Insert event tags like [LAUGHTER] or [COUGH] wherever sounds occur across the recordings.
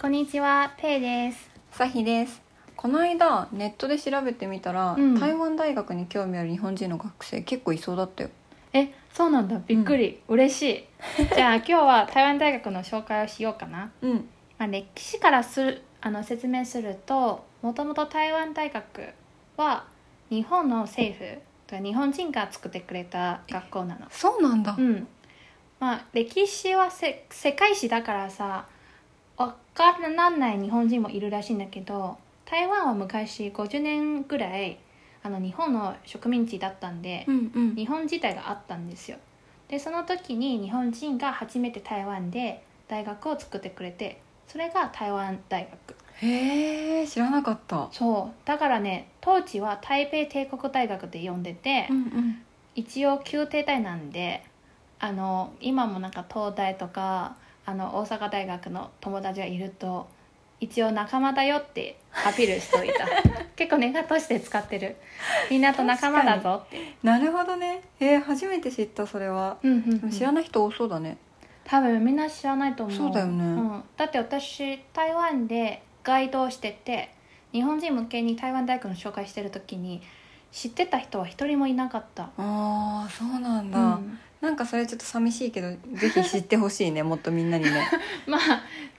こんにちは、ペイです。さひですこの間ネットで調べてみたら、うん台湾大学に興味ある日本人の学生結構いそうだったよえ、そうなんだ。びっくり。嬉しい。 [LAUGHS] じゃあ今日は台湾大学の紹介をしようかな。うんまあ、歴史からするあの説明するともともと台湾大学は日本の政府とか日本人が作ってくれた学校なの。そうなんだうんまあ、歴史はせ世界史だからさわからない日本人もいるらしいんだけど台湾は昔50年ぐらいあの日本の植民地だったんで、んうん日本自体があったんですよでその時に日本人が初めて台湾で大学を作ってくれてそれが台湾大学へえ知らなかったそうだからね当時は台北帝国大学で呼んでて、んうん一応旧帝大なんであの今もなんか東大とかあの大阪大学の友達がいると一応仲間だよってアピールしとい [LAUGHS] た結構ネガとして使ってるみんなと仲間だぞって、なるほどねへえ初めて知ったそれはうんうんうでんも知らない人多そうだね多分みんな知らないと思うそうだよねん、だって私台湾でガイドをしてて日本人向けに台湾大学の紹介してる時に知ってた人は一人もいなかった、ああそうなんだ、うんなんかそれちょっと寂しいけどぜひ知ってほしい [LAUGHS] ねもっとみんなにねまあ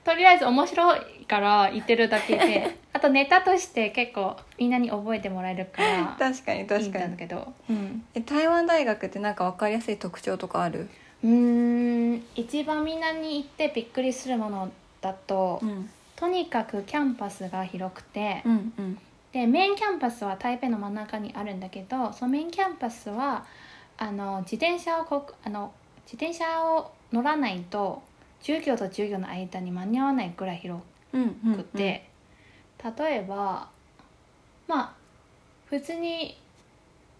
とりあえず面白いから言ってるだけ [LAUGHS] であとネタとして結構みんなに覚えてもらえるから確かいにい [LAUGHS] 確んかだにけどうんえ台湾大学ってなんか分かりやすい特徴とかあるうーん一番みんなに行ってびっくりするものだと、んとにかくキャンパスが広くて、うんうんでメインキャンパスは台北の真ん中にあるんだけどそのメインキャンパスはあの自転車をこあの自転車を乗らないと授業と授業の間に間に合わないぐらい広うんくて、例えばまあ普通に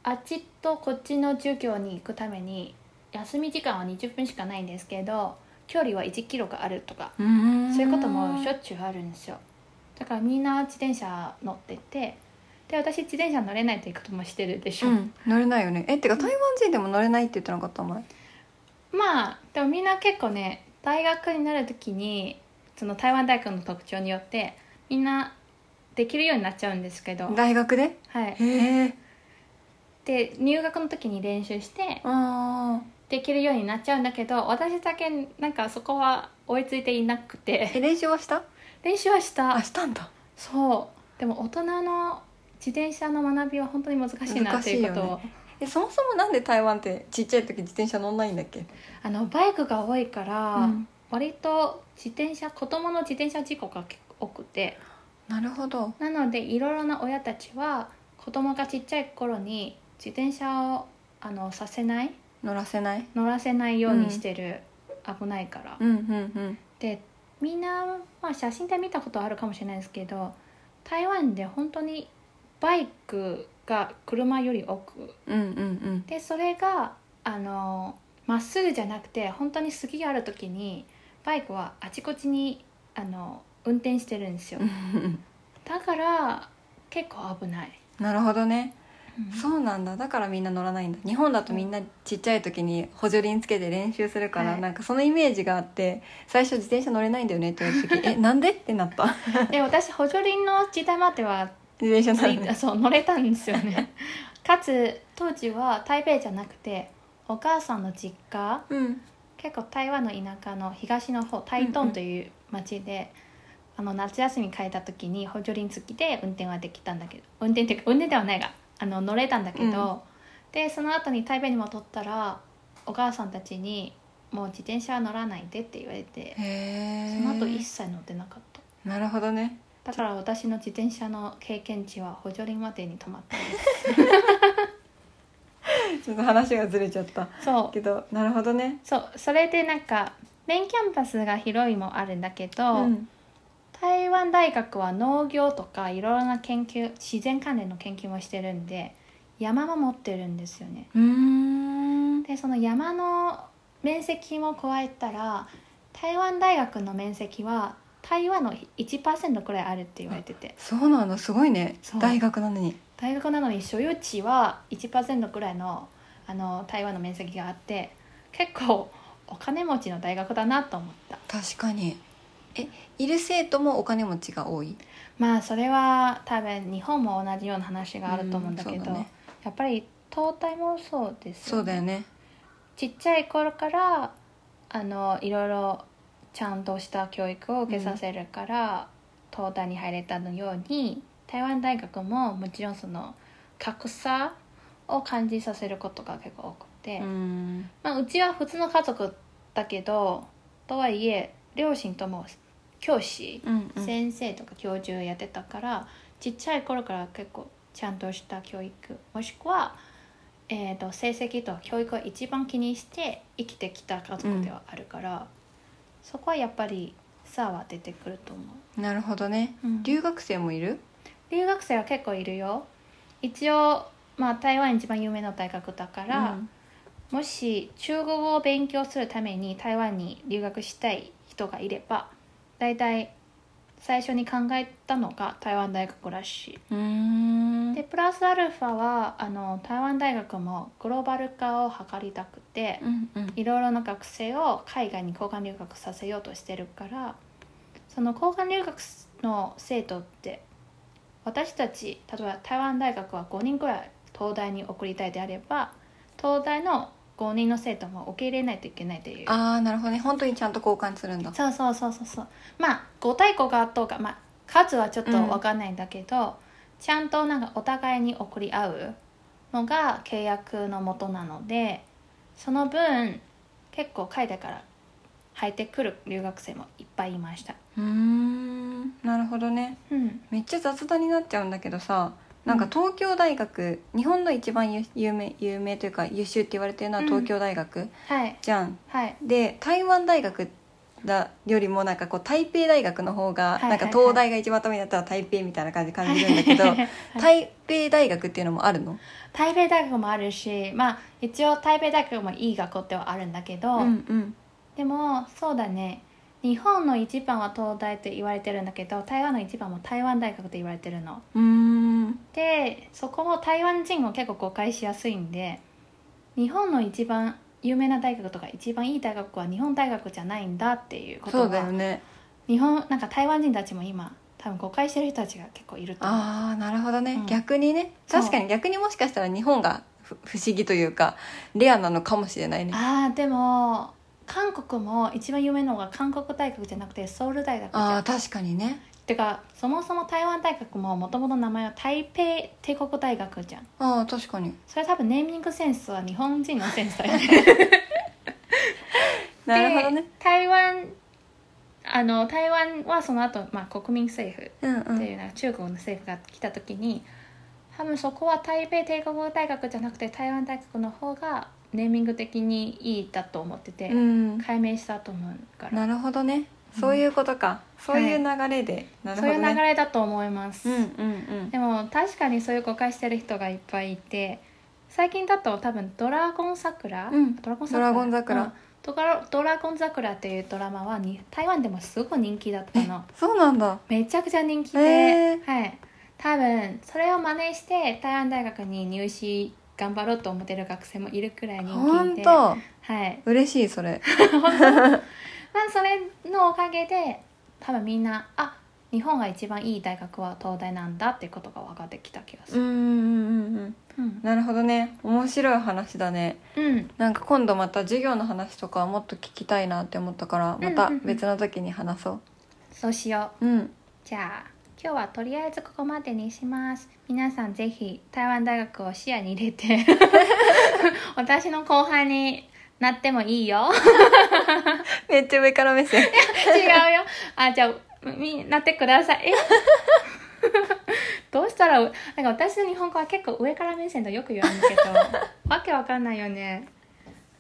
あっちとこっちの授業に行くために休み時間は20分しかないんですけど距離は1キロがあるとかうーんそういうこともしょっちゅうあるんですよだからみんな自転車乗っててで私自転車乗れないということもしてるでしょ、うん、乗れないよねえってか台湾人でも乗れないって言ってなかった前まあでもみんな結構ね大学になる時にその台湾大学の特徴によってみんなできるようになっちゃうんですけど、大学ではい、へえで入学の時に練習してあーできるようになっちゃうんだけど私だけなんかそこは追いついていなくてえ練習はした練習はしたあしたんだそうでも大人の自転車の学びは本当に難しいな難ってしいいうよねことを、えそもそもなんで台湾ってちっちゃい時自転車乗んないんだっけあのバイクが多いから、うん割と自転車子供の自転車事故が結構多くてなるほどなのでいろいろな親たちは子供がちっちゃい頃に自転車をあのさせない乗らせない乗らせないようにしてる、危ないから、うんうんでみんな、まあ、写真で見たことあるかもしれないですけど台湾で本当にバイクが車より多くうんうんうんでそれがあのまっすぐじゃなくて本当に杉がある時にバイクはあちこちにあの運転してるんですようんうん [LAUGHS] だから結構危ない、なるほどねうそうなんだだからみんな乗らないんだ日本だとみんなちっちゃい時に補助輪つけて練習するから、はいなんかそのイメージがあって最初自転車乗れないんだよねって言われた時えなんでってなったで私補助輪の時代までは自転車つ乗い [LAUGHS] れないそう乗れたんですよねかつ当時は台北じゃなくてお母さんの実家うん結構台湾の田舎の東の方台東という町で、あの夏休み帰った時に補助輪付きで運転はできたんだけど運転っていうか運転ではないがあの乗れたんだけど、でその後に台北に戻ったらお母さんたちに「もう自転車は乗らないで」って言われてそへえの後一切乗ってなかったなるほどねだから私の自転車の経験値は補助輪までに止まってるちょっと話がずれちゃったそうけどなるほどねそうそれでなんかメインキャンパスが広いもあるんだけど、うん台湾大学は農業とかいろいろな研究自然関連の研究もしてるんで山も持ってるんですよねうーんでその山の面積も加えたら台湾大学の面積は台湾の1%くらいあるって言われててそうなんだすごいねそう大学なのに大学なのに所有地は1%くらいのあの台湾の面積があって結構お金持ちの大学だなと思った確かにいる生徒もお金持ちが多いまあそれは多分日本も同じような話があると思うんだけうんど、そうだねやっぱり東大もそうですそうだよねちっちゃい頃からあのいろいろちゃんとした教育を受けさせるから、東大に入れたのように台湾大学ももちろんその格差を感じさせることが結構多くて、うんまあ、うちは普通の家族だけどとはいえ両親とも教師、うんうん先生とか教授やってたからちっちゃい頃から結構ちゃんとした教育もしくは、えー、と成績と教育を一番気にして生きてきた家族ではあるから、そこはやっぱり差は出てくると思なるほどねう、留留学生もいる留学生は結構いるよ一応、まあ、台湾一番有名な大学だから、うんもし中国語を勉強するために台湾に留学したい人がいれば大体最初に考えたのが台湾大学らしい。うーんでプラスアルファはあの台湾大学もグローバル化を図りたくてうんうんいろいろな学生を海外に交換留学させようとしてるからその交換留学の生徒って私たち例えば台湾大学は5人くらい東大に送りたいであれば東大の5人の生徒も受け入れないといけないというああなるほどね本当にちゃんと交換するんだそうそうそうそうそうまあ5対5がどうか、まあ、数はちょっと分かんないんだけど、ちゃんとなんかお互いに送り合うのが契約のもとなのでその分結構海外から入ってくる留学生もいっぱいいました、うーんなるほどねうん、めっちゃ雑談になっちゃうんだけどさなんか東京大学、日本の一番有有名有名というか優秀って言われてるのは東京大学、はいじゃんはいで台湾大学だよりもなんかこう台北大学の方が、いはいはいなんか東大が一番頭になったら台北みたいな感じ感じるんだけど、 [LAUGHS] 台北大学っていうのもあるの、台北 [LAUGHS] 大学もあるしまあ一応台北大学もいい学校ではあるんだけど、うんうんでもそうだね日本の一番は東大って言われてるんだけど台湾の一番も台湾大学って言われてるのうーんでそこも台湾人も結構誤解しやすいんで日本の一番有名な大学とか一番いい大学は日本大学じゃないんだっていうことそうはだよね日本なんか台湾人たちも今多分誤解してる人たちが結構いると思うああなるほどね、うん逆にねそう確かに逆にもしかしたら日本がふ不思議というかレアなのかもしれないねあーでも韓国も一番有名なのが韓国大学じゃなくてソウル大学じあゃんあ確かにねてかそもそも台湾大学ももともと名前は台北帝国大学じゃんああ確かにそれ多分ネーミングセンスは日本人のセンスだよね [LAUGHS] なるほどねで台湾あの台湾はその後、まあ国民政府うんうっていんうなんか中国の政府が来た時に、多分そこは台北帝国大学じゃなくて台湾大学の方がネーミング的にいいだと思ってて、うん解明したと思うからなるほどねうんそういうことか、そういう流れで、なるそほういどう流ねれだと思います、うんうんうんでも確かにそういう誤解してる人がいっぱいいて最近だと多分「ドラゴン桜」うんドラゴンドラゴン桜うんドラドラゴン桜」っていうドラマはに台湾でもすごく人気だったのそうなんだめちゃくちゃ人気で、へーはい、多分それを真似して台湾大学に入試頑張ろうと思ってる学生もいるくらい人本気で、はい当嬉しいそれまあ、それのおかげで多分みんなあ日本が一番いい大学は東大なんだっていうことが分かってきた気がすうんる。うんうんうんうんなるほどね面白い話だねうんなんか今度また授業の話とかはもっと聞きたいなって思ったからまたうんうんうん別の時に話そうそうしようんう。じゃあ今日はとりあえずここまでにします。皆さんぜひ台湾大学を視野に入れて私の後輩になってもいいよ。めっちゃ上から目線違うよ。あじゃあみなってください。えどうしたらなんか私の日本語は結構上から目線とよく言われるけどわけわかんないよね。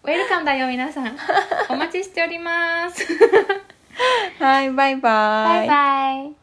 ウェルカムだよ皆さん。お待ちしております。 [LAUGHS] はいバイババイイバイ。